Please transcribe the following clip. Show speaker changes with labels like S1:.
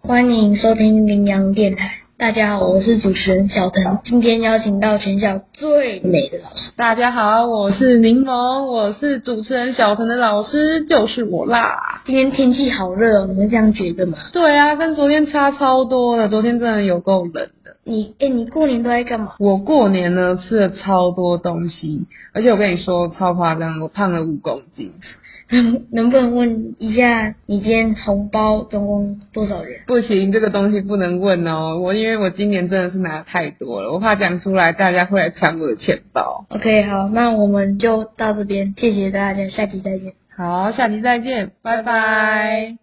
S1: 欢迎收听羚羊电台。大家好，我是主持人小腾，今天邀请到全校最美的老师。
S2: 大家好，我是柠檬，我是主持人小腾的老师，就是我啦。
S1: 今天天气好热哦，你们这样觉得吗？
S2: 对啊，跟昨天差超多了，昨天真的有够冷的。
S1: 你哎，你过年都在干嘛？
S2: 我过年呢吃了超多东西，而且我跟你说超夸张，我胖了五公斤，
S1: 能能不能问一下，你今天红包总共多少人？
S2: 不行，这个东西不能问哦。我因为我今年真的是拿太多了，我怕讲出来大家会来抢我的钱包。
S1: OK，好，那我们就到这边，谢谢大家，下期再见。
S2: 好，下期再见，拜拜